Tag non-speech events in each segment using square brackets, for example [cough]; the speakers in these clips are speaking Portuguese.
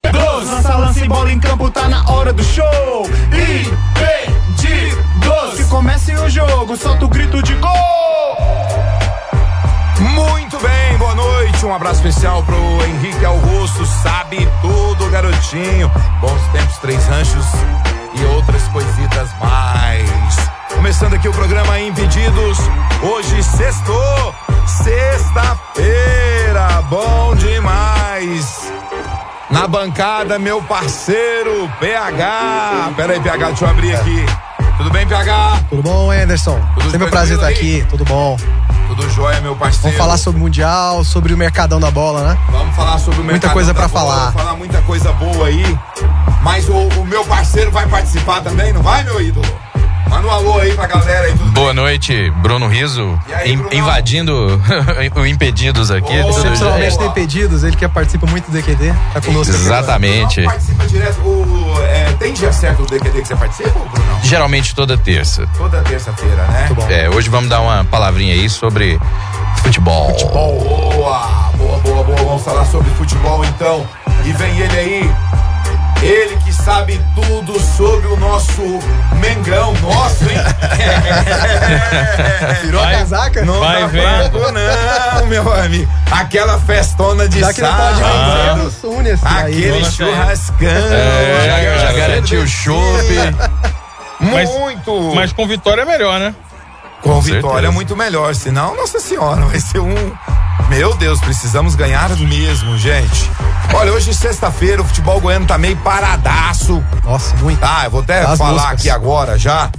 tá jogo, solta o grito de gol! Muito bem, boa noite. Um abraço especial pro Henrique Augusto, sabe tudo, garotinho. Bons tempos, três ranchos e outras coisitas mais. Começando aqui o programa Impedidos, hoje sexto, sexta-feira, bom demais. Na bancada, meu parceiro, PH. Pera aí, PH, deixa eu abrir aqui. Tudo bem, PH? Tudo bom, Anderson? Tudo Sempre é tranquilo um prazer estar aí? aqui, tudo bom. Tudo jóia, meu parceiro. Vamos falar sobre o Mundial, sobre o Mercadão da Bola, né? Vamos falar sobre o Muita mercado coisa da pra bola, falar. Falar muita coisa boa aí. Mas o, o meu parceiro vai participar também, não vai, meu ídolo? Manda um alô aí pra galera aí. Tudo Boa noite, Bruno Riso, E aí, in- Brunão? invadindo [laughs] o Impedidos aqui. Boa, tudo Excepcionalmente tem jóia. pedidos, ele que participa muito do DQD, tá conosco. aqui. Exatamente. Não Participa direto. O, é, tem dia certo do DQD que você participa, Bruno? Geralmente toda terça. Toda terça-feira, né? Muito bom. É, hoje vamos dar uma palavrinha aí sobre futebol. Boa, boa, boa, boa. Vamos falar sobre futebol então. E vem ele aí. Ele que sabe tudo sobre o nosso Mengão, nosso, hein? [laughs] Tirou a casaca? Não Vai dá vendo. papo, não, meu amigo. Aquela festona de Já que não pode sábado. fazer, nos une assim. Aquele Aí, Dona churrascão. É, já, já Cerveja. garantiu o chope. Mas- Muito. Mas com vitória é melhor, né? Com vitória é certeza. muito melhor, senão, Nossa Senhora, vai ser um. Meu Deus, precisamos ganhar mesmo, gente. Olha, hoje é sexta-feira, o futebol goiano tá meio paradaço. Nossa, muito. Tá, eu vou até As falar moscas. aqui agora já,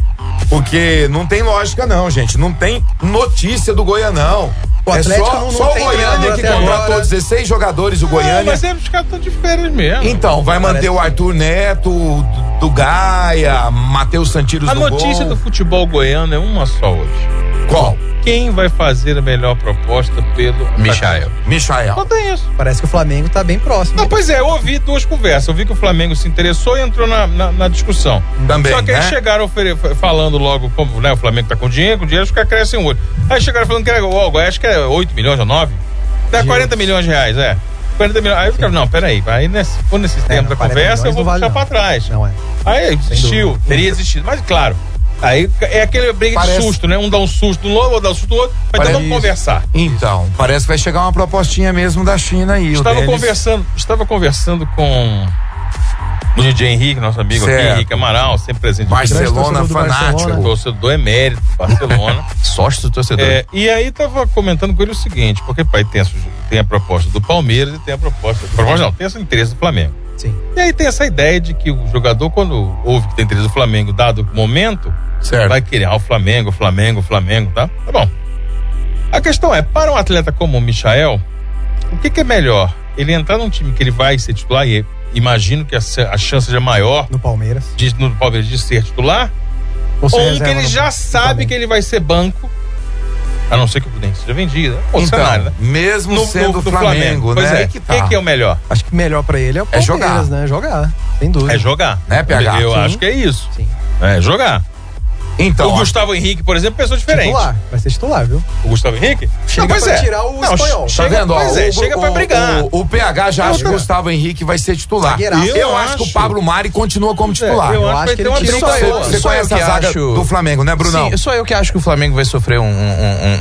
porque não tem lógica, não, gente. Não tem notícia do Goianão. O Atlético é só, não- não só tem o Goiânia treinador que até contratou agora. 16 jogadores, o Goiânia. Não, mas é, os caras estão de férias mesmo. Então, vai manter o Arthur Neto, o do Gaia, Matheus Santiros a no notícia gol. do futebol goiano é uma só hoje. Qual? Quem vai fazer a melhor proposta pelo. Michael. Michael. Só tem isso. Parece que o Flamengo tá bem próximo. Não, pois é, eu ouvi duas conversas. Eu vi que o Flamengo se interessou e entrou na, na, na discussão. Também, Só que né? aí chegaram ofere- f- falando logo, como né, o Flamengo tá com dinheiro, com dinheiro, os caras crescem o olho. Aí chegaram falando que era, ó, o Goiás, acho que é 8 milhões ou 9. Dá 40 milhões de reais, é. 40 milhões. Aí eu ficava, não, peraí, aí nesse, for nesses É, tempos da 40 conversa, eu milhões vou não vale, puxar não. pra trás. Não é. Aí existiu, dúvida. teria existido, mas claro. Aí é aquele briga Parece- de susto, né? Um dá um susto no outro, outro dá um susto no outro, mas Parece- então vamos conversar. Então, parece que vai chegar uma propostinha mesmo da China aí. o Estava deles. conversando, estava conversando com o DJ Henrique, nosso amigo Certo. aqui, Henrique Amaral, sempre presente aqui. Barcelona Grande torcedor do fanático. Barcelona. torcedor emérito do Barcelona. Sócio do torcedor. É, e aí tava comentando com ele o seguinte, porque pai tem, a su- tem a proposta do Palmeiras e tem a proposta, proposta não, tem esse interesse do Flamengo. Sim. E aí tem essa ideia de que o jogador quando ouve que tem interesse do Flamengo, dado o momento, Certo. vai querer ah, o Flamengo, o Flamengo, o Flamengo, tá? Tá bom. A questão é, para um atleta como o Michael, o que, que é melhor? Ele entrar num time que ele vai ser titular e imagino que a, se- a chance seja maior No Palmeiras. de, no Palmeiras de ser titular ser ou um que reserva ele no- já tá no sabe Flamengo. tá que ele vai ser banco, a não ser que o Prudente seja vendido. né? Outro Então, cenário, né? mesmo sendo o do Flamengo, Pois né? é, Aí o que que, tá. que é o melhor? Acho que melhor pra ele é o É Palmeiras, jogar. né? Jogar, sem dúvida. É jogar. Né, PH? Eu Sim. acho que é isso. Sim. É jogar. Então, o ó, Gustavo Henrique, por exemplo, é pessoa diferente. é. Titular. Vai ser titular, viu? O Gustavo Henrique? Chega pra tirar o espanhol. che- tá chega, vendo? ó, Pois o, é, chega pra o- brigar. O, o PH já Eu acha que o também. Gustavo Henrique vai ser titular. Zagueiraço. Eu, Eu acho que o acho. é, Pablo Mari continua como titular. eu acho que ele um tem uma ele briga só Você, eu- boa. você Só conhece eu a que zaga acho- do Flamengo, né, Brunão? Sim, só eu que acho que o Flamengo vai sofrer um, um-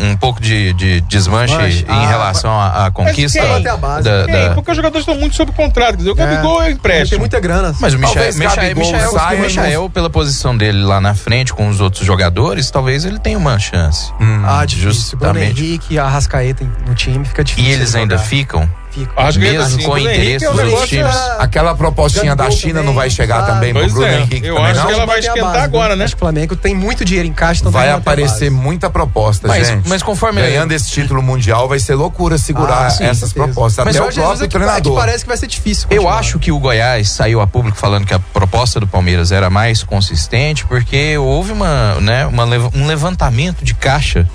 um- um pouco de, de desmanche Desmanche. em Ah, relação à, à conquista. quem? Até a base. da- É, da- porque os jogadores estão muito sob contrato. Quer dizer, o Gabigol é Tem empréstimo. muita grana. Mas o Michael, Talvez Michael, Gabigol né? Michael, saia, o né? Michael, pela posição dele lá na frente com os outros jogadores, talvez ele tenha uma chance. Ah, difícil. Bruno Justamente. Henrique, a Rascaeta no time, fica difícil. E eles ainda jogar. ficam, Fica. Acho que mesmo assim, com o Bruno Henrique interesse é um dos negócio- outros times. Aquela propostinha da Gabigol China não também, vai chegar sabe? também pro Pois Bruno é, Henrique eu também, acho não? que ela Manter vai a esquentar base, agora, né? Acho que o Flamengo tem muito dinheiro em caixa, então Vai tem que manter a aparecer base. muita proposta, Mas- gente. mas conforme- Ganhando esse título mundial, vai ser loucura segurar Ah, sim, essas certeza. propostas. Mas Até só o Jesus próprio é que, é que treinador. parece que vai ser difícil. Eu continuar. acho que o Goiás saiu a público falando que a proposta do Palmeiras era mais consistente, porque houve uma, né, uma lev- um levantamento de caixa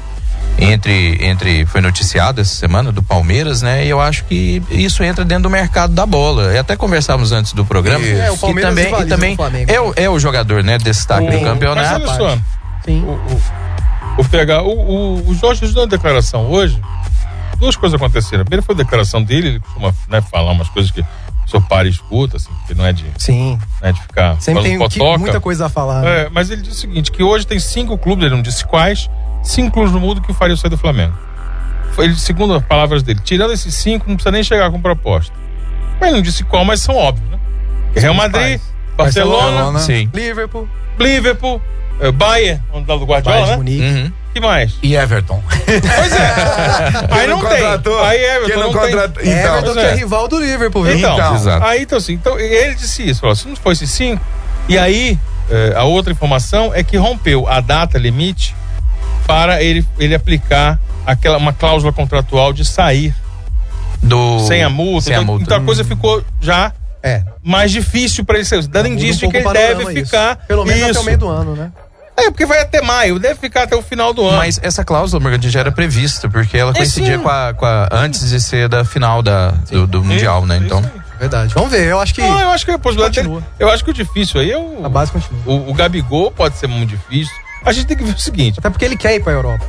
entre, entre foi noticiado essa semana do Palmeiras, né? E eu acho que isso entra dentro do mercado da bola. E até conversávamos antes do programa. Isso. É, o que Palmeiras também, e rivaliza também com o Flamengo. é, o, é o jogador, né, destaque do O- campeonato. Mas olha só, Sim. o, o- o PH, o, o, o Jorge Jesus deu uma declaração hoje. Duas coisas aconteceram. A primeira foi a declaração dele, ele costuma né, falar umas coisas que o seu par escuta, assim, porque não é de, não Sim. é de ficar Sempre falando tem que- fotoca. muita coisa a falar. né? É, mas ele disse o seguinte: que hoje tem cinco clubes, ele não disse quais, cinco clubes no mundo que o faria sair do Flamengo. Foi ele, segundo as palavras dele, tirando esses cinco, não precisa nem chegar com proposta. Mas ele não disse qual, mas são óbvios, né? Real Madrid, Barcelona, Barcelona. Sim. Liverpool, Liverpool, eh, Bayern, onde dá do Bayern de Guardiola, né? Munique. Uhum. E mais? E Everton. Pois é. aí não tem. contratou? Aí Everton Quem não, tem. contratou? Então, Everton pois que é é. rival do Liverpool, viu? Então, Então, exato. aí então assim, então, ele disse isso, falou, se não fosse cinco, e aí eh, a outra informação é que rompeu a data limite para ele, ele aplicar aquela, uma cláusula contratual de sair Do... sem a multa, Sem então, a multa. então a coisa ficou já É. mais difícil para ele sair, dando Muda um indício de que pouco ele o deve panorama isso. ficar Pelo menos até isso. o meio do ano, né? É, porque vai até maio, deve ficar até o final do ano. Mas essa cláusula, Morgante, já era prevista, porque ela coincidia É, sim. com a, com a- antes de ser da final da, do, do Mundial, né? Isso Então. aí. Verdade. Vamos ver, eu acho que Não, eu acho que a possibilidade Continua. dele- Eu acho que o difícil aí é o. a base continua. O, o Gabigol pode ser muito difícil. A gente tem que ver o seguinte. Até porque ele quer ir pra Europa.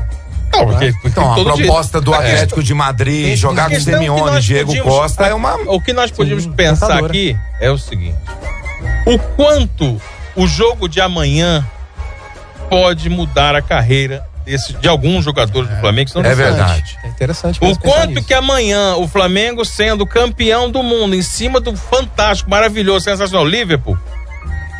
Não, porque, porque Então, a todo dia- proposta do É. Atlético de Madrid Tem jogar com questão que Simeone e nós Diego podíamos- Costa é uma. O que nós podíamos Sim, pensar tentadora. aqui é o seguinte: o quanto o jogo de amanhã pode mudar a carreira desse- de alguns jogadores do Flamengo. que são É do- verdade. É interessante. O mesmo pensar quanto nisso. que amanhã o Flamengo sendo campeão do mundo em cima do fantástico, maravilhoso, sensacional Liverpool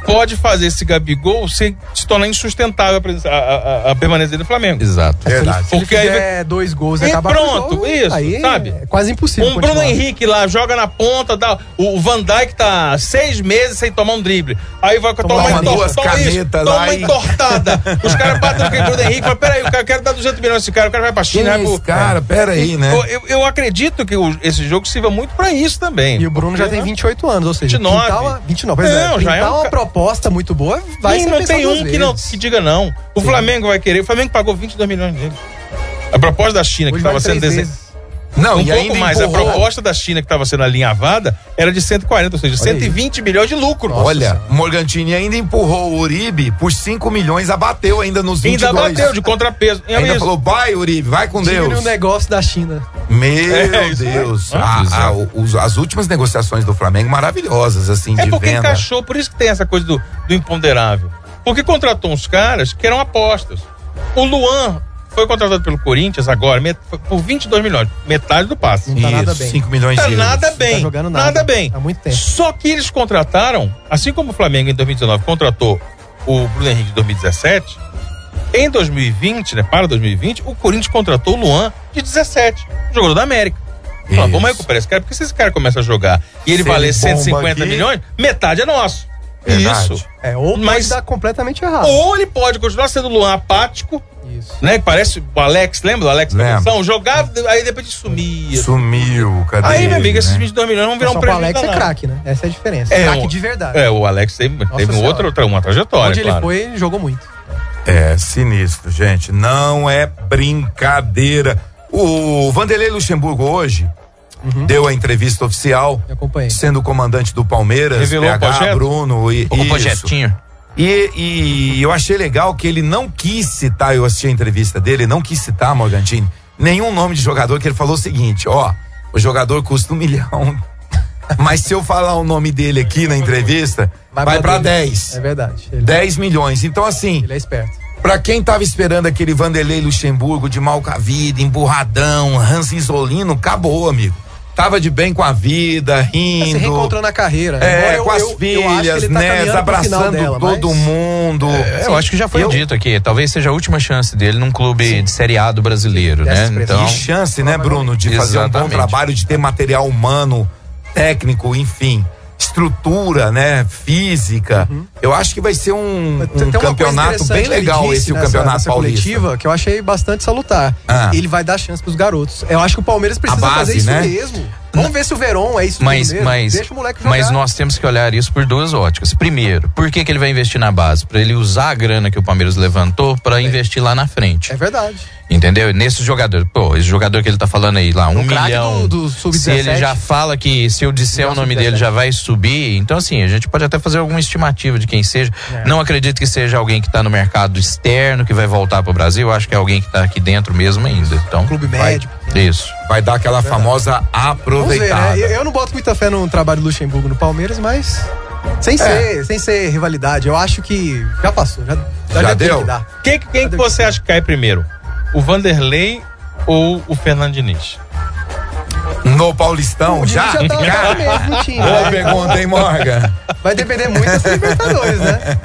pode fazer esse Gabigol se, se tornar insustentável a presença- a, a- a permanência dele no Flamengo. Exato. Verdade. É Se ele Porque aí fizer dois gols e E acabar pronto, com o jogo, isso, aí sabe? É quase impossível. Um Bruno continuar. Henrique lá joga na ponta, dá, o o Van Dijk tá seis meses sem tomar um drible. Aí vai tomar uma uma duas entortada. canetas lá isso, Toma uma e- entortada. Os caras batem naquele Bruno Henrique e falam: peraí, o cara, eu quero dar 200 milhões a esse cara, o cara vai pra Quem China. é Vai pro... É. esse cara? Pera aí, né? Eu, eu- eu acredito que o- esse jogo sirva muito pra isso também. E o Bruno já Porque, tem né? 28 anos, ou seja, 29. pintar uma, 29, pois Não, é, já é pintar um uma ca- proposta muito boa, vai Quem ser não pensado tem duas um que, não, vezes. que diga não. O Flamengo vai querer. O Flamengo pagou 22 milhões dele. A proposta da China, que Hoje estava vale sendo três desenhada. vezes. Não, um e ainda pouco mais. A empurrou. proposta da China que estava sendo alinhavada era de 140, ou seja, Olha 120 milhões de lucro. Olha, Morgantini ainda empurrou o Uribe por 5 milhões, abateu ainda nos 22. ainda bateu de contrapeso. É Ainda isso. falou, vai Uribe, vai com Diga Deus. no um negócio da China. tá Meu É, isso aí. Deus. Ah, ah, o- os- as últimas negociações do Flamengo maravilhosas, assim, é de porque venda. encaixou, por isso que tem essa coisa do, do imponderável. Porque contratou uns caras que eram apostas. O Luan foi contratado pelo Corinthians agora met- foi por 22 milhões, metade do passe. Não tá nada Isso, bem. 5 milhões Tá de nada euros. bem. tá jogando nada. nada. bem. Há muito tempo. Só que eles contrataram, assim como o Flamengo em 2019 contratou o Bruno Henrique em 2017, em 2020, né, para 2020, o Corinthians contratou o Luan de 17, jogador da América. Fala, Isso. vamos recuperar esse cara, porque se esse cara começa a jogar e ele Se valer ele bomba 150 aqui- milhões, metade é nosso. Verdade. Ah. Isso. É, ou Mas- mas dá completamente errado. Ou ele pode continuar sendo o Luan apático, Isso. né? Que parece o Alex, lembra do Alex Lembro. Ferguson? Jogava, aí depois sumia. Sumiu, cadê Aí, ele, meu amigo, esses né? 22 milhões vão virar Só pro um prejuízo. Alex é danado. craque, né? Essa é a diferença. É, craque um- de verdade. É, o Alex teve, teve um Senhora. outro, outra, uma trajetória. Onde ele claro. foi, ele jogou muito. É, sinistro, gente. Não é brincadeira. O Vanderlei Luxemburgo hoje deu a entrevista oficial, Eu acompanhei. sendo o comandante do Palmeiras, Revelou o PH, projeto? Bruno e O isso. projetinho. E, e eu achei legal que ele não quis citar, eu assisti a entrevista dele, não quis citar, Morgantini, nenhum nome de jogador que ele falou o seguinte, ó, o jogador custa um milhão, [laughs] mas se eu falar o nome dele aqui na entrevista, vai, pra É 10. verdade. Ele, 10 milhões. Então, assim, ele é esperto. Pra quem tava esperando aquele Vanderlei Luxemburgo de mal com a vida, emburradão, ranzinzolino, acabou, amigo. Tava de bem com a vida, Tá se rindo. reencontrando na carreira. Agora É, eu- com as eu- eu acho que filhas, ele tá né? caminhando pro final Abraçando dela, todo mas- mundo. É, eu acho que já foi Eu- dito aqui. Talvez seja a última chance dele num clube de Série A do brasileiro, Dessa né? expressão. Então. E chance, né, Bruno, de fazer um bom Exatamente. trabalho, de ter material humano, técnico, enfim, estrutura, né, física. Eu acho que vai ser um, Uhum. Tem- um tem uma coisa campeonato interessante bem que ele legal disse esse, o nessa- campeonato nessa paulista. coletiva que eu achei bastante salutar. Ah. Ele vai dar chance pros garotos. Eu acho que o Palmeiras precisa base, fazer isso né? mesmo. Vamos ver se o Verón é isso Mas, mesmo. mas, Deixa o moleque jogar. mas nós temos que olhar isso por duas óticas. Primeiro, por que, que ele vai investir na base? Pra ele usar a grana que o Palmeiras levantou pra investir lá na frente. É verdade. Entendeu? Nesses jogadores. Pô, esse jogador que ele tá falando aí lá, um craque milhão. do- do sub-17. se ele já fala que se eu disser o nome sub-17. dele já vai subir, então assim, a gente pode até fazer alguma estimativa de quem seja. É. Não acredito que seja alguém que tá no mercado externo, que vai voltar pro Brasil. Acho que é alguém que tá aqui dentro mesmo ainda. Então, Clube né? vai- médio. Isso. Vai dar aquela famosa Vamos ver, aproveitada. né? Eu, eu não boto muita fé no trabalho do Luxemburgo no Palmeiras, mas. É. Sem ser, sem ser rivalidade. Eu acho que já passou. Já, Já teve deu? que dar. Quem, que- quem que você acha que cai primeiro? O Vanderlei ou o Fernando Diniz? No Paulistão, O [laughs] já? Diniz já tá já tá mesmo no time. Boa né? pergunta, [laughs] hein, Morgan? Vai depender muito das Libertadores, né?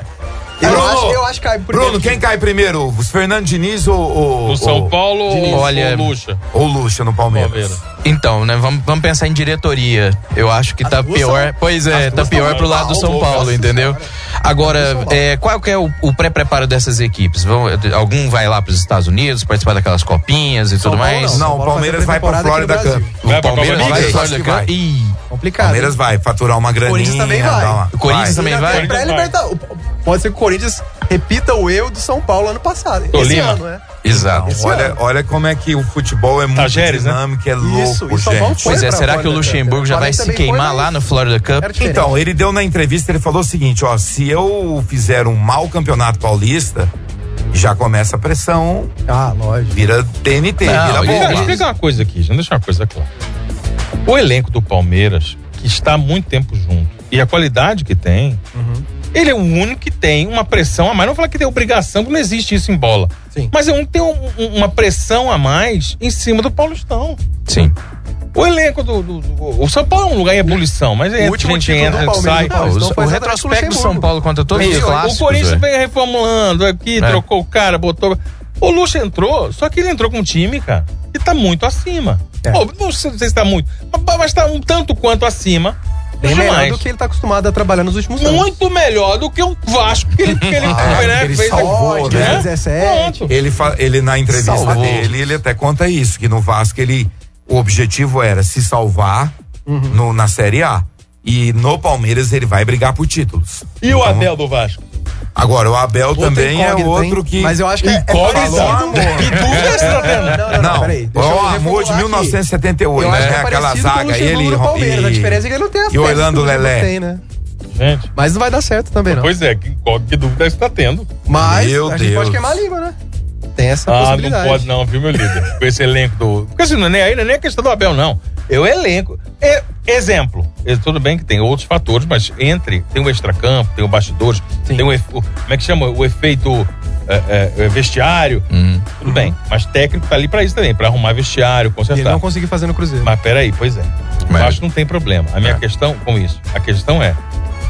Eu Bruno, acho, eu acho que cai primeiro Bruno, quem time. cai primeiro? Os Fernando Diniz ou, ou, O é. São ou- Paulo Diniz. ou, Olha- ou o Lucha? ou Lucha no Palmeiras? Palmeiras. Então, né? Vamos, vamos pensar em diretoria. Eu acho que As tá duas pior. são- pois é, as tá duas pior são Ah, pro lado do São Paulo, Paulo, nossa entendeu? Agora, São Paulo. é, qual que é o, o pré-preparo dessas equipes? Vão, algum vai lá pros Estados Unidos participar daquelas copinhas e São tudo Paulo mais? Não, São o Paulo Palmeiras faz a vai pra pré-temporada Florida aqui no Cup. Brasil. O Vai pra Palmeiras Copa vai Mineiro? pra Acho que Florida vai. Cup? Ih, Complicado. Palmeiras vai faturar uma graninha. Corinthians também vai. dá uma- O Corinthians também Ainda vai? tem pré-libertador. Pode ser que o Corinthians repita o eu do São Paulo ano passado. Esse Tolima. ano, né? exato. Não, Esse olha, ano. olha como é que o futebol é muito Tajeres, né? dinâmico, é Isso, louco, e São Paulo gente. foi Pois é, pra será fora que o da- Luxemburgo já Florida vai se também foi, queimar mas lá no Florida Cup? Era tipo diferente. Então, ele deu na entrevista, ele falou o seguinte, ó, se eu fizer um mau campeonato paulista, já começa a pressão, Ah, lógico. vira TNT, Não, vira ele- Cara, bomba. Vamos lá. explica uma coisa aqui, já deixa uma coisa clara. O elenco do Palmeiras, que está há muito tempo junto, e a qualidade que tem, Uhum. ele é o único que tem uma pressão a mais. Não vou falar que tem obrigação, porque não existe isso em bola. Sim. Mas é um que tem um- um- uma pressão a mais em cima do Paulistão. Sim. O elenco do, do- do- O São Paulo é um lugar em ebulição, mas é O último gente título do entra, Palmeiras sai. do Ah, Não, os- então o foi exatamente retrospecto do Luxemburgo. São Paulo contra todos os Isso, clássicos. o Corinthians é. velho. vem reformulando aqui, É. trocou o cara, botou. O Luxo entrou, só que ele entrou com um time, cara, que tá muito acima. É. Pô, não sei se tá muito, mas- mas tá um tanto quanto acima. Bem dos melhor demais. do que ele tá acostumado a trabalhar nos últimos anos. Muito melhor do que o Vasco que ele, [laughs] que ele, Ah, foi, né, ele fez salvou, aqui, né? 2017. Pronto. Ele, fa- ele na entrevista Salvou. dele, ele até conta isso, que no Vasco ele o objetivo era se salvar Uhum. no- na Série A. E no Palmeiras ele vai brigar por títulos. E o Então, Abel do Vasco? Agora, o Abel Outra também é incógnita, outro hein? que. Mas eu acho que. é- é Incógnita. parecido- Falou amor. Bidu é tá extraordinário. Não, não, não, Não, peraí. é deixa eu o amor de reformular aqui. 1978, Eu acho que né? é Aquela parecido com o zaga, Luxemburgo ele no Palmeiras. A diferença é que ele não tem as e o peças Orlando que o Luxemburgo Lelé. tem, né? Gente, Mas não vai dar certo também, não. pois é, que, incógnito, que dúvida você tá tendo? Mas Meu a gente Deus. pode queimar a língua, né? Tem essa Ah, não possibilidade. pode não, viu, [laughs] meu líder? Com esse elenco do... Porque assim, não é nem, aí não é nem a questão do Abel, não. Eu elenco. É, exemplo. É, Tudo bem que tem outros fatores, mas entre... Tem o extracampo, tem o bastidores, Sim. tem o, efe- o- Como é que chama? O efeito é, é, é, vestiário. Hum. Tudo bem. Mas técnico tá ali pra isso também, pra arrumar vestiário, E ele consertar. não conseguiu fazer no Cruzeiro. Mas peraí, pois é. Mas- Eu acho que não tem problema. A minha É. questão com isso, a questão é,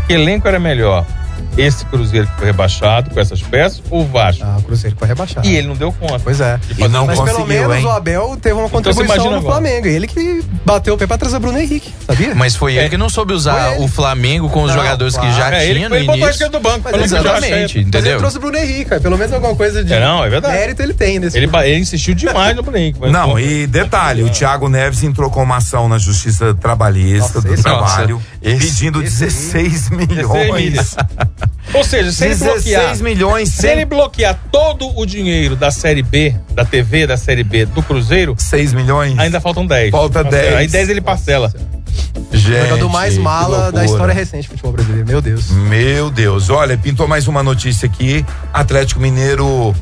que elenco era melhor? Esse Cruzeiro que foi rebaixado com essas peças ou o Vasco? Ah, o Cruzeiro foi rebaixado. E ele não deu conta. Pois é. De E fazer- não Mas conseguiu, pelo menos hein? o Abel teve uma você contribuição imagina no agora. Flamengo. Ele que bateu o pé pra trazer Bruno Henrique, sabia? Mas foi ele que não soube usar É. Foi ele. o Flamengo com os Não, jogadores que claro. já É, tinha ele, no ele botou a início. esquerda do banco. Mas falou que tá já exatamente, achei. Mas ele entendeu? trouxe o Bruno Henrique, cara. Pelo menos alguma coisa de É, não, é verdade. mérito ele tem nesse Ele, ba- ele insistiu demais no Blink. mas- Não, e detalhe, o Thiago Neves entrou com uma ação na Justiça Nossa, Trabalhista do esse- é um Trabalho, nossa, esse- pedindo esse aí- é 16 milhões. milhões. Ou seja, se ele 16 bloquear... milhões Se ele sem... bloquear todo o dinheiro da Série B, da TV da Série B do Cruzeiro, 6 milhões? ainda faltam 10. Falta 10. Aí 10 ele parcela. Gente, O jogador mais que mala da loucura. história recente do futebol brasileiro. Meu Deus. Meu Deus, olha, pintou mais uma notícia aqui. Atlético Mineiro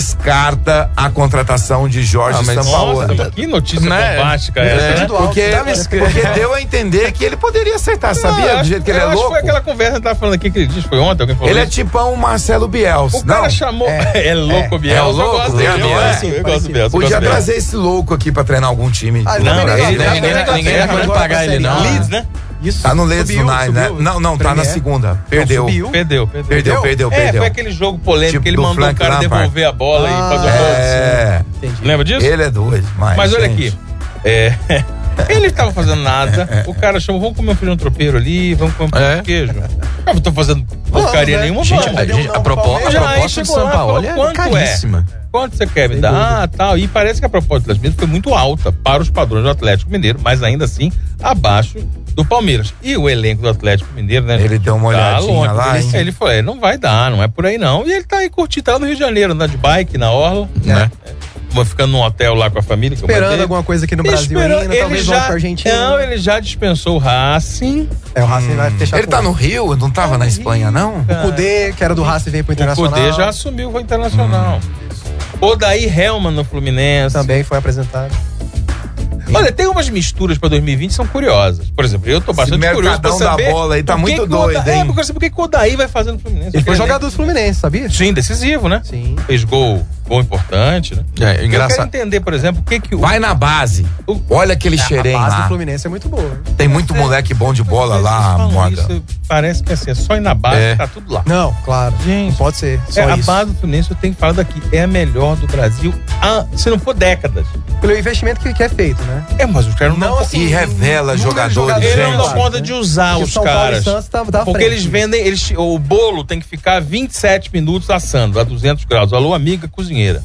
descarta a contratação de Jorge Ah, mas Sampaoli. Nossa, tá que notícia Né? bombástica É. essa, né? Tudo alto, Porque, dá mesmo. porque deu a entender que ele poderia acertar, sabia? Não, Do jeito que ele é eu Acho que louco. foi aquela conversa que eu tava falando aqui que ele disse, foi ontem, alguém falou Ele é isso. tipão Marcelo Bielsa. O cara Não, chamou. [laughs] É, louco, Biel. É o eu louco, gosto é dele, o eu Biel, gosto, sim, Eu gosto parecido. do Biel. eu gosto podia do Biel. trazer né? esse louco aqui pra treinar algum time. Ah, ele do tá Não, bem Brasil. legal, tá ele- né? ninguém- bem legal. ninguém vai Agora pagar pra ele, Série não. A. Leeds, né? Isso. Tá no Leeds, Subiu, no Nine, né? subiu. Não, não, tá na Premier. segunda. Perdeu. Subiu. Perdeu, perdeu. Perdeu, perdeu, É, perdeu. foi aquele jogo polêmico Tipo que ele do mandou Frank o cara Lampard. devolver a bola e Ah, fazer o gol. É, Entendi. Lembra disso? ele é doido, mas. Mas olha gente, aqui. É. [laughs] Ele não tava fazendo nada. O cara chamou, vamos comer um feijão tropeiro ali, vamos comer um pão É. de queijo. Eu não tô fazendo porcaria né? nenhuma, Gente, vamos. a, gente- a Não, proposta, a Palmeiras. um Aí proposta do chegou lá, São Paulo falou, é quanto é? caríssima. Quanto você quer me Sem dar? Tal. E parece que a proposta das Minas foi muito alta para os padrões do Atlético Mineiro, mas ainda assim abaixo do Palmeiras. E o elenco do Atlético Mineiro, né? Ele gente, deu uma olhadinha longe. lá, Ele, hein? ele falou: é, não vai dar, não é por aí não. E ele tá aí curtindo, tá lá no Rio de Janeiro, andando de bike na Orla, Né? vou ficando num hotel lá com a família. que eu É. Esperando mandei. alguma coisa aqui no Brasil Esperando- ainda. ele Talvez já, vá pra Argentina. Não, ele já dispensou o Racing. É, o Racing vai fechar Ele com tá no Rio? Não tava na Espanha, não? O Kudê, que era do Racing, veio pro O Internacional. Hum. Poder já assumiu o Internacional. Odair Helman no Fluminense. Também foi apresentado. Olha, tem umas misturas pra 2020 que são curiosas. Por exemplo, eu tô bastante mercadão curioso pra da saber... bola aí tá o que muito que o Oda- doido, É, hein? porque eu sei por que que o Odaí vai fazendo no Fluminense. Ele foi Aquele jogador do Fluminense, sabia? elenco- Sim, decisivo, né? Sim. Fez gol, gol importante, né? É, Eu engraçado. quero entender, por exemplo, o que que o... Vai na base. o- Olha aquele Ah, xerém É, A base do lá. Fluminense é muito boa. Tem muito moleque bom de bola Vocês lá, falam moda. isso, Parece que é assim, é só ir na base, É. tá tudo lá. Não, claro. Gente. Não pode ser. Só É, a isso. base do Fluminense, eu tenho que falar daqui, é a melhor do Brasil, há, se não for décadas. Pelo investimento que, que é feito, né? É, mas os caras não, Não, dão assim, E revela número de jogadores, conta- jogadores, Eles não gente. dão conta de usar Que o os São Paulo e caras. Santos tá, tá à Porque frente. eles vendem, eles, o bolo tem que ficar 27 minutos assando, a 200 graus. Alô, amiga cozinheira.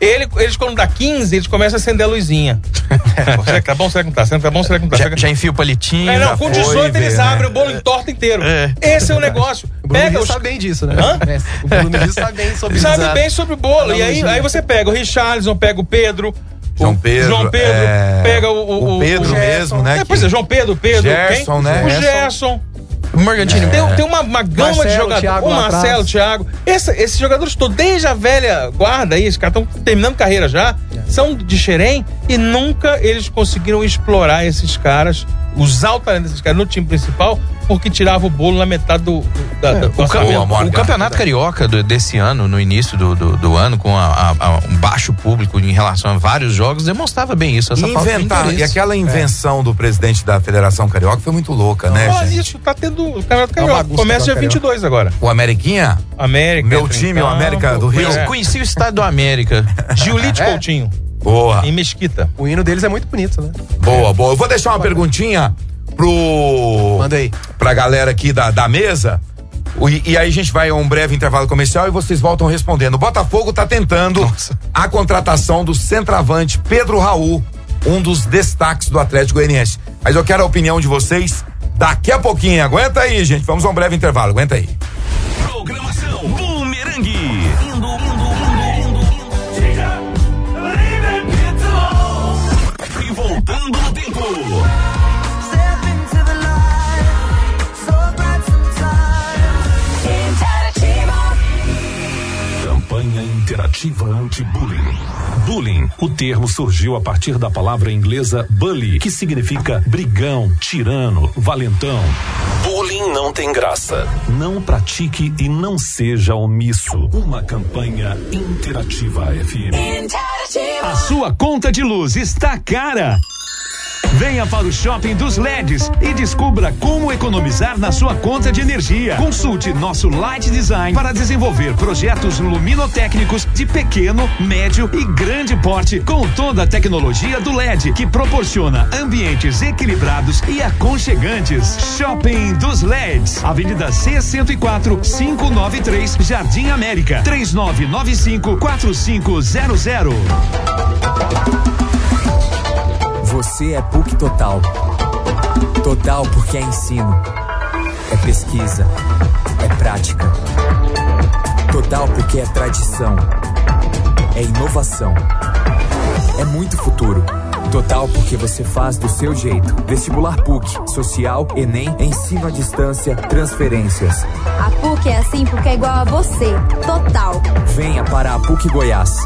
Ele, eles, quando dá 15, eles começam a acender a luzinha. será que tá bom? Será que não tá? Será que tá bom? Será que não tá? Será Já, que- já enfia o palitinho. É, já não, com foi, 18 eles vê, né? abrem o bolo entorta inteiro. É. Esse é [laughs] o negócio. O Bruno Pega Rios os sabe bem disso, né? Hã? É, O Bruno [laughs] Rios sabe bem sobre sabe isso. bem sobre o Ah, bolo. E aí, Analogia. aí você pega o Richarlison, pega o Pedro. o João Pedro. João Pedro. é, Pega o, o, o Pedro Gerson. mesmo, né? É, pois que- é, João Pedro, Pedro. Gerson, quem? né? O Gerson. Morgantini, Tem, tem uma, uma gama de Marcelo, jogadores. Thiago o lá Marcelo, o atrás. Thiago. Essa- esses jogadores todos, desde a velha guarda aí, esses caras estão terminando carreira já, são de Xerém e nunca eles conseguiram explorar esses caras, usar o talento desses caras no time principal, porque tirava o bolo na metade do, do, da, do O, cam- orçamento. Boa, o Morgan. campeonato carioca do- desse ano, no início do, do, do ano, com a- a- a um baixo público em relação a vários jogos, demonstrava bem isso. Essa falta de Inventar. interesse. E aquela invenção do presidente da Federação Carioca foi muito louca, né, Olha gente? isso, tá tendo o Campeonato Tá uma Carioca. bagunça Começa o dia Campeonato 22 agora. O Ameriquinha? América. Meu entra em time, o campo. América do Rio. Conheci- É. Conheci o estado do América. [laughs] Giulito É. Coutinho, Boa. em Mesquita. O hino deles é muito bonito, né? Boa, boa. Eu vou deixar uma perguntinha pro. Manda aí. é. Pra galera aqui da, da mesa. O- E, e aí a gente vai a um breve intervalo comercial e vocês voltam respondendo. O Botafogo tá tentando a contratação do centroavante Pedro Raul, um dos destaques do Atlético Goianiense. Mas eu quero a opinião de vocês daqui a pouquinho. Aguenta aí, gente. Vamos a um breve intervalo. Aguenta aí. Programação Boomerang. Indo, indo, indo, indo, indo. Chega, livre, pito. E voltando no tempo. Step into the light, so bright sometimes. Campanha Interativa Anti-Bullying. Bullying, o termo surgiu a partir da palavra inglesa bully, que significa brigão, tirano, valentão. Bullying não tem graça. Não pratique e não seja omisso. Uma campanha Interativa FM. A sua conta de luz está cara. Venha para o Shopping dos LEDs e descubra como economizar na sua conta de energia. Consulte nosso Light Design para desenvolver projetos luminotécnicos de pequeno, médio e grande porte com toda a tecnologia do LED que proporciona ambientes equilibrados e aconchegantes. Shopping dos LEDs, Avenida C104, 593, Jardim América, 3995 4500. Você é PUC Total. Total porque é ensino, é pesquisa, é prática. Total porque é tradição, é inovação, é muito futuro. Total porque você faz do seu jeito. Vestibular PUC, social, Enem, ensino à distância, transferências. A PUC é assim porque é igual a você. Total. Venha para a PUC Goiás.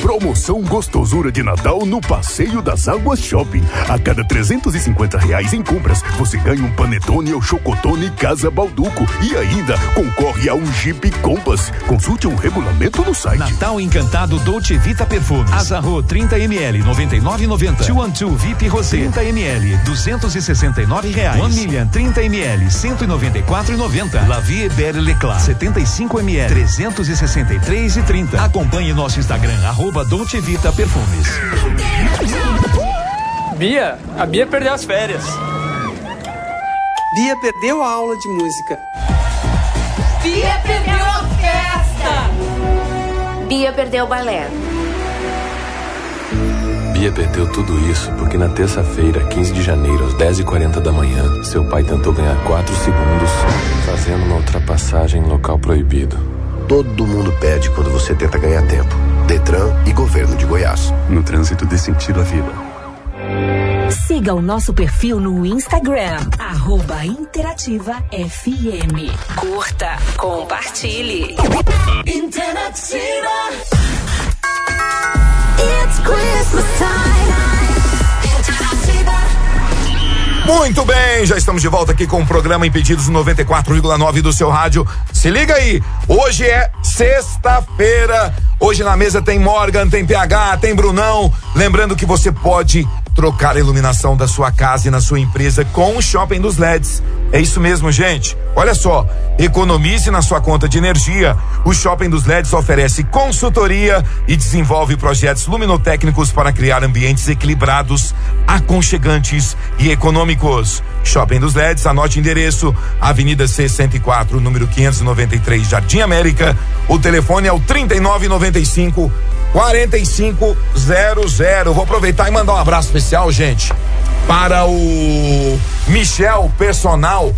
Promoção Gostosura de Natal no Passeio das Águas Shopping. A cada 350 reais em compras, você ganha um panetone ou chocotone Casa Balduco e ainda concorre a um Jeep Compass. Consulte o regulamento no site. Natal Encantado Dolce Vita Perfumes. Azarro 30ml 99,90. 212 VIP Rosé 30ml 269 reais. 1 Million 30ml 194,90. La Vie Belle Leclerc 75ml 363,30. Acompanhe nosso Instagram arroba Dolce Vita Perfumes. Bia, a Bia perdeu as férias. Bia perdeu a aula de música. Bia perdeu a festa! Bia perdeu o balé. Bia perdeu tudo isso porque na terça-feira, 15 de janeiro, às 10h40 da manhã, seu pai tentou ganhar 4 segundos fazendo uma ultrapassagem em local proibido. Todo mundo pede quando você tenta ganhar tempo. Detran e Governo de Goiás. No trânsito dê sentido à vida. Siga o nosso perfil no Instagram, arroba Interativa FM. Curta, compartilhe. Interativa! Muito bem, já estamos de volta aqui com o programa Impedidos 94,9 do seu rádio. Se liga aí, hoje é sexta-feira. Hoje na mesa tem Morgan, tem PH, tem Brunão. Lembrando que você pode trocar a iluminação da sua casa e na sua empresa com o Shopping dos LEDs. É isso mesmo, gente. Olha só, economize na sua conta de energia. O Shopping dos LEDs oferece consultoria e desenvolve projetos luminotécnicos para criar ambientes equilibrados, aconchegantes e econômicos. Shopping dos LEDs, anote endereço, Avenida C104, número 593, Jardim América. O telefone é o 3995 4500. Vou aproveitar e mandar um abraço especial, gente, para o Michel Personal,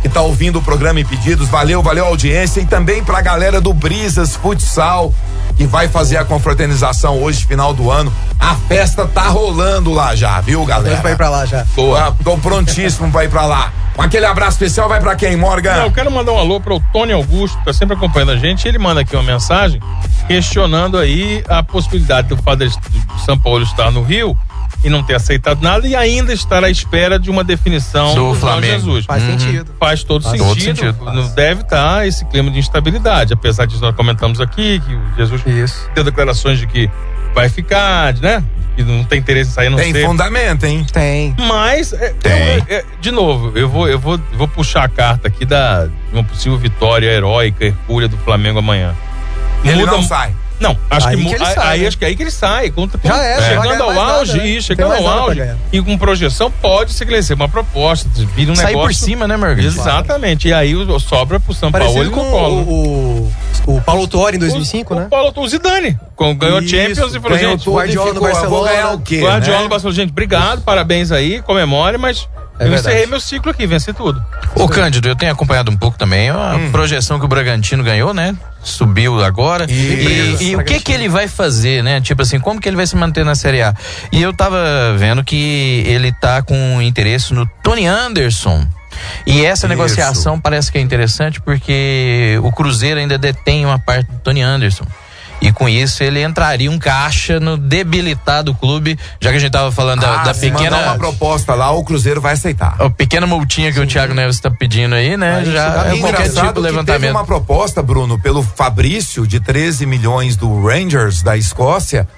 que tá ouvindo o programa Impedidos. Valeu, valeu a audiência. E também pra galera do Brisas Futsal, que vai fazer a confraternização hoje, final do ano. A festa tá rolando lá já, viu, galera? Vai pra lá já. Tô, ah, tô prontíssimo pra ir pra lá. Com aquele abraço especial vai pra quem, Morgan? Não, eu quero mandar um alô para o Tony Augusto, que tá sempre acompanhando a gente. Ele manda aqui uma mensagem questionando aí a possibilidade do padre de São Paulo estar no Rio e não ter aceitado nada e ainda estar à espera de uma definição Do Flamengo. Jesus. Uhum. Faz sentido. Faz todo Faz sentido. todo sentido. Não deve estar esse clima de instabilidade, apesar disso nós comentamos aqui que o Jesus deu declarações de que vai ficar, de, né? Que não tem interesse em sair, não Tem sei. fundamento, hein? Tem. Mas, é, eu- é, de novo, eu vou, eu vou, vou puxar a carta aqui da de uma possível vitória heróica, hercúlea do Flamengo amanhã. Ele não sai. Não, acho Aí que, mu- que ele aí, sai, aí né? acho que é aí que ele sai. Com, com- Já era, não vai chegando ganhar ao mais nada, auge, é né? e Não chegando tem mais ao nada pra auge, ganhar. e com projeção pode se crescer uma proposta, vira um Sair negócio. por cima, né, Morgan? Exatamente. E aí o- sobra pro São Paulo e Parecido com pro Paulo. o, o, o Paulo Torre em 2005, né? Paulo o Zidane com- ganhou Isso, Champions e falou, ganhou gente, tudo, Guardiola no Ficou, eu Vou Barcelona. ganhar o quê? Guardiola né? Barcelona. Gente, obrigado, parabéns aí, comemore, mas É eu verdade. encerrei meu ciclo aqui, venci tudo. Ô, Cândido, eu tenho acompanhado um pouco também a projeção que o Bragantino ganhou, né? Subiu agora. Isso. E, e o que que ele vai fazer, né? Tipo assim, como que ele vai se manter na Série A? E eu tava vendo que ele tá com interesse no Tony Anderson. E essa Isso. negociação parece que é interessante porque o Cruzeiro ainda detém uma parte do Tony Anderson. E com isso ele entraria um caixa no debilitado clube, já que a gente tava falando da, Ah, da se pequena mandar uma proposta lá, o Cruzeiro vai aceitar. a pequena multinha que o Thiago Neves está pedindo aí, né? já é E engraçado qualquer tipo de que Teve levantamento. uma proposta, Bruno, pelo Fabrício de 13 milhões do Rangers da Escócia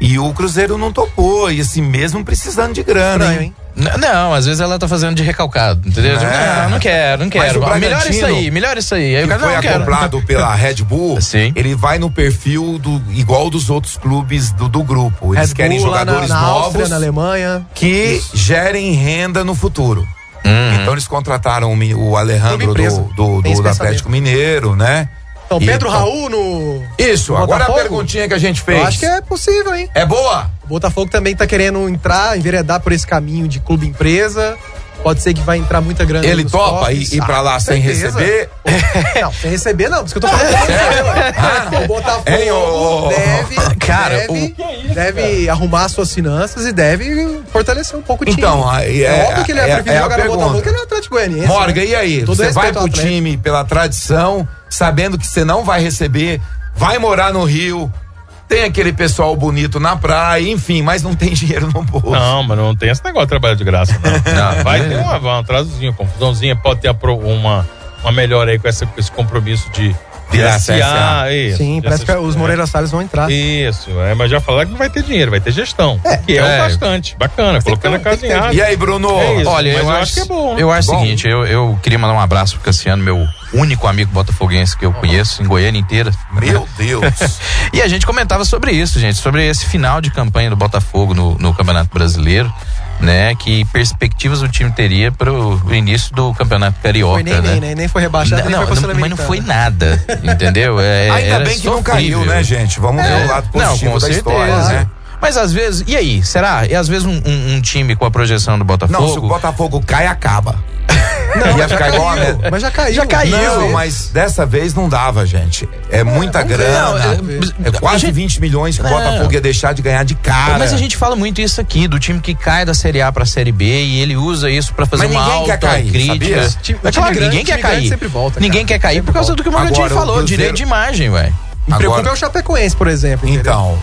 e o Cruzeiro não topou, e assim mesmo precisando de grana, Estranho, hein? hein? N- Não, às vezes ela tá fazendo de recalcado, entendeu? Tipo, É. Não, não quero, não Mas o quero. Ah, Melhor Bragantino, isso aí, melhor isso aí. Aí o Ele cara, não, foi não quero. acoplado pela Red Bull, [laughs] Sim. ele vai no perfil do igual dos outros clubes do, do grupo. Eles Red querem Bull lá jogadores na, na novos Áustria, na Alemanha. que gerem renda no futuro. Uhum. Então eles contrataram o mi- o Alejandro Clube do, empresa. do- do- Tem esse do Atlético pensamento. Mineiro, né? Então, E Pedro então- Raul no. Isso, agora a Botafogo? perguntinha que a gente fez. Eu acho que é possível, hein? É boa? O Botafogo também tá querendo entrar, enveredar por esse caminho de clube empresa. Pode ser que vai entrar muita grana. Ele nos topa cofres. ir, ir pra lá Ah, sem certeza. receber? [laughs] Não, sem receber não, por isso que eu tô [laughs] falando. o Botafogo Ah. Hein, ô, ô, ô. [laughs] deve, Cara, deve, deve arrumar suas finanças e deve fortalecer um pouco o time. Então, aí é, é- óbvio que ele vai é- preferir é a jogar no pergunta. Botafogo que ele é Atlético Goianiense. Morgan, né? e aí? Todo Você respeito vai ao pro Atlético. time pela tradição, sabendo que você não vai receber, vai morar no Rio, tem aquele pessoal bonito na praia, enfim, mas não tem [laughs] dinheiro no bolso. Não, mas não tem esse negócio de trabalho de graça, não. Não, vai ter uma, uma atrasozinha, uma confusãozinha, pode ter a pro- uma, uma melhora aí com, essa- com esse compromisso de, de Virar CSA. isso, Sim, de parece que essas- os Moreira Salles vão entrar. Isso, é, mas já falaram que não vai ter dinheiro, vai ter gestão. que é, é. o bastante. Bacana, colocando a casa em um. E área. aí, Bruno? É isso. Olha, Mas eu, eu acho, acho que é bom, né? Eu acho o Bom. seguinte, eu, eu queria mandar um abraço pro Cassiano, meu único amigo botafoguense que eu conheço em Goiânia inteira. Meu Deus. E a gente comentava sobre isso, gente, sobre esse final de campanha do Botafogo no, no Campeonato Brasileiro, né? Que perspectivas o time teria pro início do Campeonato Carioca, Foi nem, né? nem, nem, nem foi rebaixado, Não, nem não, foi pra mas não Sul-Americana. foi nada, entendeu? É, Ainda era É. bem que não sofrível. caiu, né, gente? Vamos É. ver o lado positivo da história, né? Mas às vezes, e aí, será? E às vezes um, um- um time com a projeção do Botafogo. Não, se o Botafogo cai, acaba. Ia ficar igual a merda. Mas já caiu. Já caiu. Não, Não, mas dessa vez não dava, gente. É muita vamos ver, grana. não, é, quase a gente- 20 milhões que o Não. Botafogo ia deixar de ganhar de cara. Mas a gente fala muito isso aqui, do time que cai da Série A pra Série B e ele usa isso pra fazer Mas uma ninguém quer alta cair, crítica. sabia? Time- É time claro, que grande- ninguém quer time grande cair. sempre volta, ninguém quer cair por causa do que o Morgantinho Agora, o falou, Cruzeiro- direito de imagem, velho. Me preocupa é Agora- o Chapecoense, por exemplo. entendeu? Então,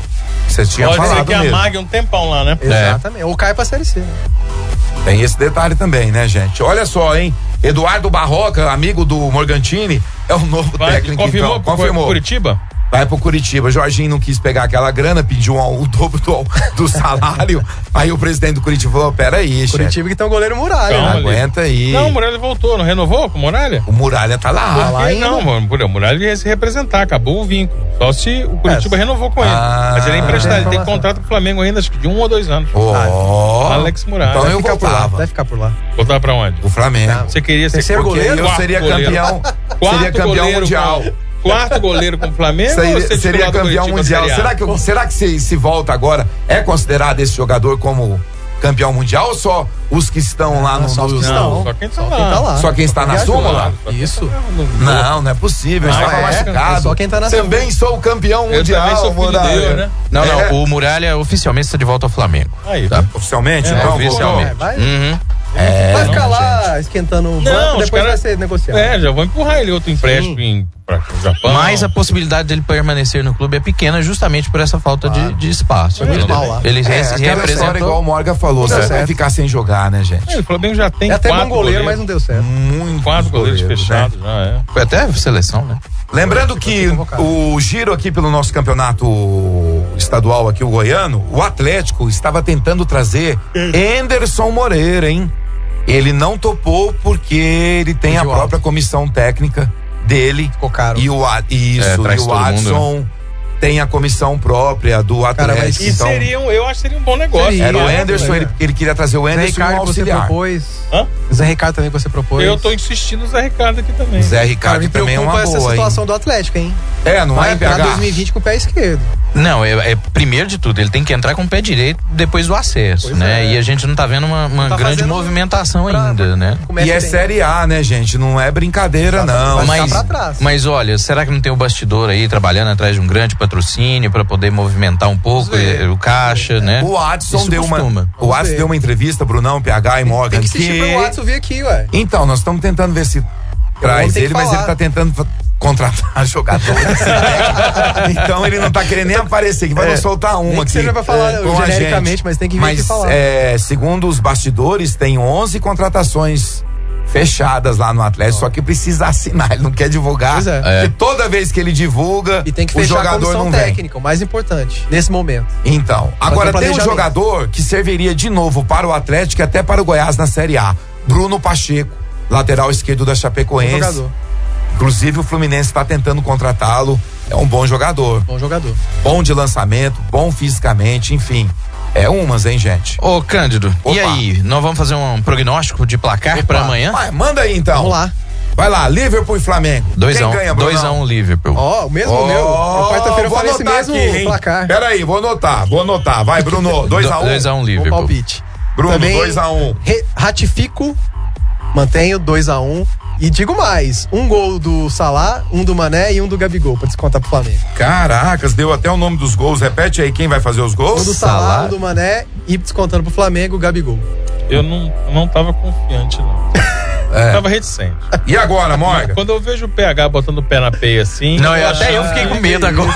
Você tinha Pode ser falado que mesmo. amague um tempão lá, né? é. Exatamente. Ou cai pra Série C. né? Tem esse detalhe também, né, gente? Olha só, hein? Eduardo Barroca, amigo do Morgantini, é o novo Vai, técnico. confirmou então. pro Curitiba? Vai pro Curitiba. Jorginho não quis pegar aquela grana, pediu um- o dobro do, do [laughs] salário. aí o presidente do Curitiba falou: peraí, chefe. Curitiba que tem o goleiro Muralha. Calma, né? Lê. Aguenta aí. Não, o Muralha voltou, não renovou com o Muralha? O Muralha tá lá. Por Lá quê? ainda. Ah, é, Não, mano, o Muralha ia se representar, acabou o vínculo. Só se o Curitiba renovou com ele. Mas ele é emprestado, ele tem contrato com o Flamengo ainda, acho que de um ou dois anos. Ah, Alex Muralha. tá? Então eu ficar por lá. voltava. Deve ficar por lá. Voltar pra onde? O Flamengo. Você queria ser Terceiro porque goleiro? Tá. quarto Eu seria [laughs] campeão- Quarto seria campeão goleiro mundial. com- quarto goleiro com o Flamengo? ou Seria, ser seria titular do campeão Curitiba mundial. Série A? Será que, será que se, se volta agora, é considerado esse jogador como campeão mundial ou só os que estão lá no só os que no- estão. Só quem tá Só quem tá lá. Só quem está na viajou. súmula? Isso. Não, não é possível. Ah, estava é? machucado. Só quem tá na Também sou o campeão Eu mundial. também sou filho Muralha. dele, né? Não, não, É. o Muralha oficialmente está de volta ao Flamengo. Aí. Tá? Oficialmente? então, É, não, oficialmente. Vai, Uhum. É, vai ficar lá esquentando o Não, banco, os depois cara- vai ser negociado. É, já vou empurrar ele outro empréstimo em, pra Japão. Mas a possibilidade dele permanecer no clube é pequena justamente por essa falta de, de espaço. muito entendeu? mal lá. Ele É, se aquela história igual o representou. Morgan falou, Não você deu vai certo. ficar sem jogar, né, gente? É, o Flamengo já tem É até quatro bom goleiro, mas não deu certo. Muito Quatro goleiros né? fechados, já é. Foi até seleção, né? Lembrando que o giro aqui pelo nosso campeonato estadual aqui, o goiano, o Atlético estava tentando trazer Anderson Moreira, hein? Ele não topou porque ele tem a Fugiu alto. própria comissão técnica dele Ficou caro. e o A- isso, É, e traz o todo mundo, Adson tem a comissão própria do Cara, mas Atlético. E então, seria um, eu acho que seria um bom negócio. Seria. era o Mas- Anderson, ele, ele queria trazer o Zé Anderson e um Ricardo que você auxiliar. propôs. Hã? Zé Ricardo também que você propôs. Eu tô insistindo no Zé Ricardo aqui também. Zé Cara, Ricardo me também é preocupa uma essa boa, hein? situação do Atlético, hein? É, não Vai é, entrar PH? 2020 com o pé esquerdo. Não, é, é primeiro de tudo, ele tem que entrar com o pé direito depois do acesso, Pois né? é. E a gente não tá vendo uma, uma tá grande fazendo movimentação pra- ainda, né? Como E que é tem? Série A, né, gente? Não é brincadeira, não. tá Vai ficar Mas, pra trás. mas olha, será que não tem o bastidor aí trabalhando atrás de um grande patrocínio pra poder movimentar um pouco eh, o caixa, né? O Adson Isso deu costuma. uma. O Vamos Adson ver. deu uma entrevista, Brunão, PH e Tem Morgan. que assistir que- pro Watson vir aqui, ué. Então, nós estamos tentando ver se traz ter que ele, mas falar. ele tá tentando fa- contratar [laughs] jogadores. então ele não tá querendo nem aparecer, que vai nos soltar uma é, Nem que aqui. é, seja pra falar com a genericamente, gente. mas tem que vir aqui falar. é, segundo os bastidores, tem 11 contratações fechadas lá no Atlético, só que precisa assinar, ele não quer divulgar. Pois é. Porque toda vez que ele divulga, E tem que o fechar a jogador comissão não vem. técnica, o mais importante, nesse momento. Então, agora tem um planejamento. jogador que serviria de novo para o Atlético e até para o Goiás na Série A. Bruno Pacheco, lateral esquerdo da Bom Chapecoense. jogador. Inclusive o Fluminense está tentando contratá-lo. É um bom jogador, Bom jogador. bom de lançamento, bom fisicamente, enfim. É umas, hein, gente? Ô, Cândido, e Opa. aí? Nós vamos fazer um prognóstico de placar pra amanhã? Vai, manda aí então. Vamos lá. Vai lá, Liverpool e Flamengo. Quem 2x1 ganha, um, Brunão? dois a um Liverpool. Ó, o mesmo Ó, meu. Eu Quarta-feira eu vou falei esse anotar mesmo aqui, hein? É placar. Peraí, vou anotar, vou anotar. Vai, Bruno, [laughs] 2x1. 2x1 um. Bom Liverpool. palpite. Bruno, Também 2x1. re- Ratifico, mantenho 2x1. E digo mais: um gol do Salah, um do Mané e um do Gabigol, pra descontar pro Flamengo. Caracas, deu até o nome dos gols. Repete aí quem vai fazer os Um gols. do Salah, um do Mané e descontando pro Flamengo, o Gabigol. Eu não, não tava confiante, não. Eu tava reticente. E agora, Morgan? Quando eu vejo o PH botando o pé na peia assim. Não, eu, acho- até eu fiquei com medo agora.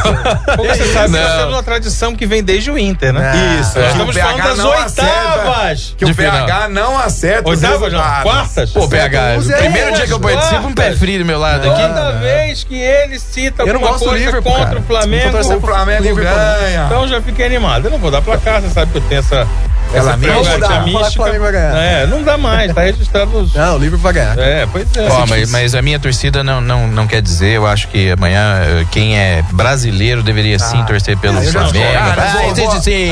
Como você sabe, Não. nós temos uma tradição que vem desde o Inter, né? Ah, Isso. é. Nós estamos Que o falando PH das não oitavas. Que o De final. PH não acerta os Oitavas, não. resultados. Quartas? Pô, PH, Você o é primeiro dia que eu quartas. participo, um pé frio do meu lado aqui. Toda vez que ele cita Eu não alguma gosto do coisa Liverpool, contra cara. o Flamengo, O Flamengo ganha. então eu já fiquei animado. Eu não vou dar placar, você sabe que eu tenho essa. Ela essa mesma? prerrogativa Vamos dar, falar que o Flamengo vai ganhar. É, não dá mais, tá registrado nos. Não, o Liverpool vai ganhar. É, pois é. Ó, mas, mas a minha torcida não, não, não quer dizer, eu acho que amanhã eh, quem é brasileiro deveria sim torcer pelo eu já Flamengo. discordo. Ah, Ah, eu existe vou- sim.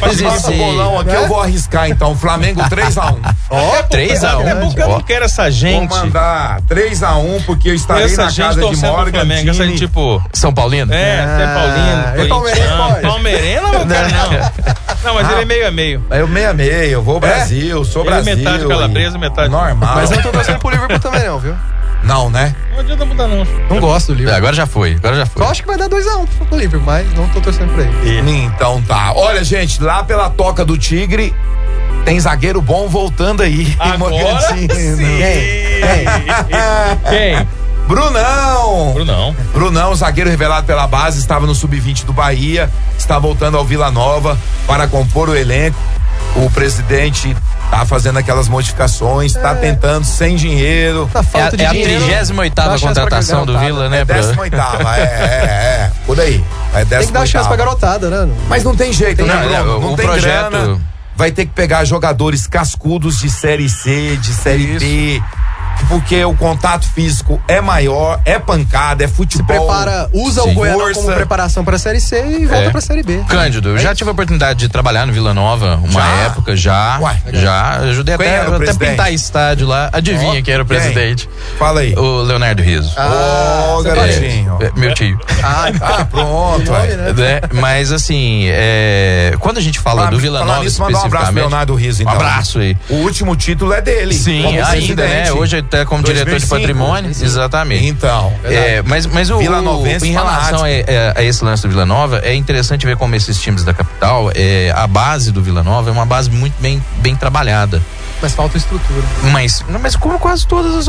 Mas Existe passa o sim. bolão aqui, eu vou arriscar então. Flamengo 3x1. Ó, É 3x1. porque eu não quero essa Vou gente. mandar 3x1, porque eu estarei Essa na gente casa de torcendo pro Morgan. Flamengo. Essa gente, tipo. São Paulino? É, Ah, você é é paulino, corintiano, palmeirense, pode. palmeireno, não, cara, não. Não, mas ele é meio a meio. Eu meia meia, eu É? vou Brasil, sou Ele Brasil. metade calabresa, e- metade- Normal. Mas eu não tô torcendo pro Liverpool também, não, viu? Não, né? Não adianta mudar, não. Não gosto do É, Liverpool. agora já foi, agora já foi. Só acho que vai dar 2x1 pro Liverpool, mas não tô torcendo pra ele. Então tá. Olha, gente, lá pela toca do Tigre, tem zagueiro bom voltando aí. Agora Morgantino. sim. Quem? Quem? Brunão! Brunão. Brunão, zagueiro revelado pela base, estava no sub-20 do Bahia, está voltando ao Vila Nova para compor o elenco. O presidente tá fazendo aquelas modificações, É. tá tentando sem dinheiro. Tá falta É a- de é a dinheiro. 38ª Dá chance pra contratação do garotada. Vila, né, É Bruno? 18 é, é, é. Por aí. É Tem que dar chance pra garotada, né? Mas não tem jeito, né, Não, Bruno? o- Não o tem um projeto- grana. Vai ter que pegar jogadores cascudos de Série C, de Série B. Porque o contato físico é maior, é pancada, é futebol. Prepara, usa o Goianão como força. preparação pra Série C e volta É. pra Série B. Cândido, eu É já tive a oportunidade de trabalhar no Vila Nova uma época, já. já. Ajudei é Quem até, era o até presidente? pintar estádio lá. Adivinha Ó, quem era o quem? presidente? Fala aí. O Leonardo Riso. Ah, Ô, garotinho. É, é, meu tio. [laughs] Ah, tá, pronto. ué. Né? Mas assim, é, quando a gente fala Falar- do Vila falar Nova nisso, manda um abraço pro especificamente... Leonardo Riso, Um então. abraço aí. O último título é dele. Sim, como ainda, presidente. né? Hoje até como diretor de 2005. patrimônio. Exatamente. Então. É, mas, mas o, Vila o- Novense em fala relação a, é, rádio. a- a esse lance do Vila Nova, é interessante ver como esses times da capital, é, a base do Vila Nova é uma base muito bem, bem trabalhada. Mas falta estrutura. Mas, não, mas como quase todas as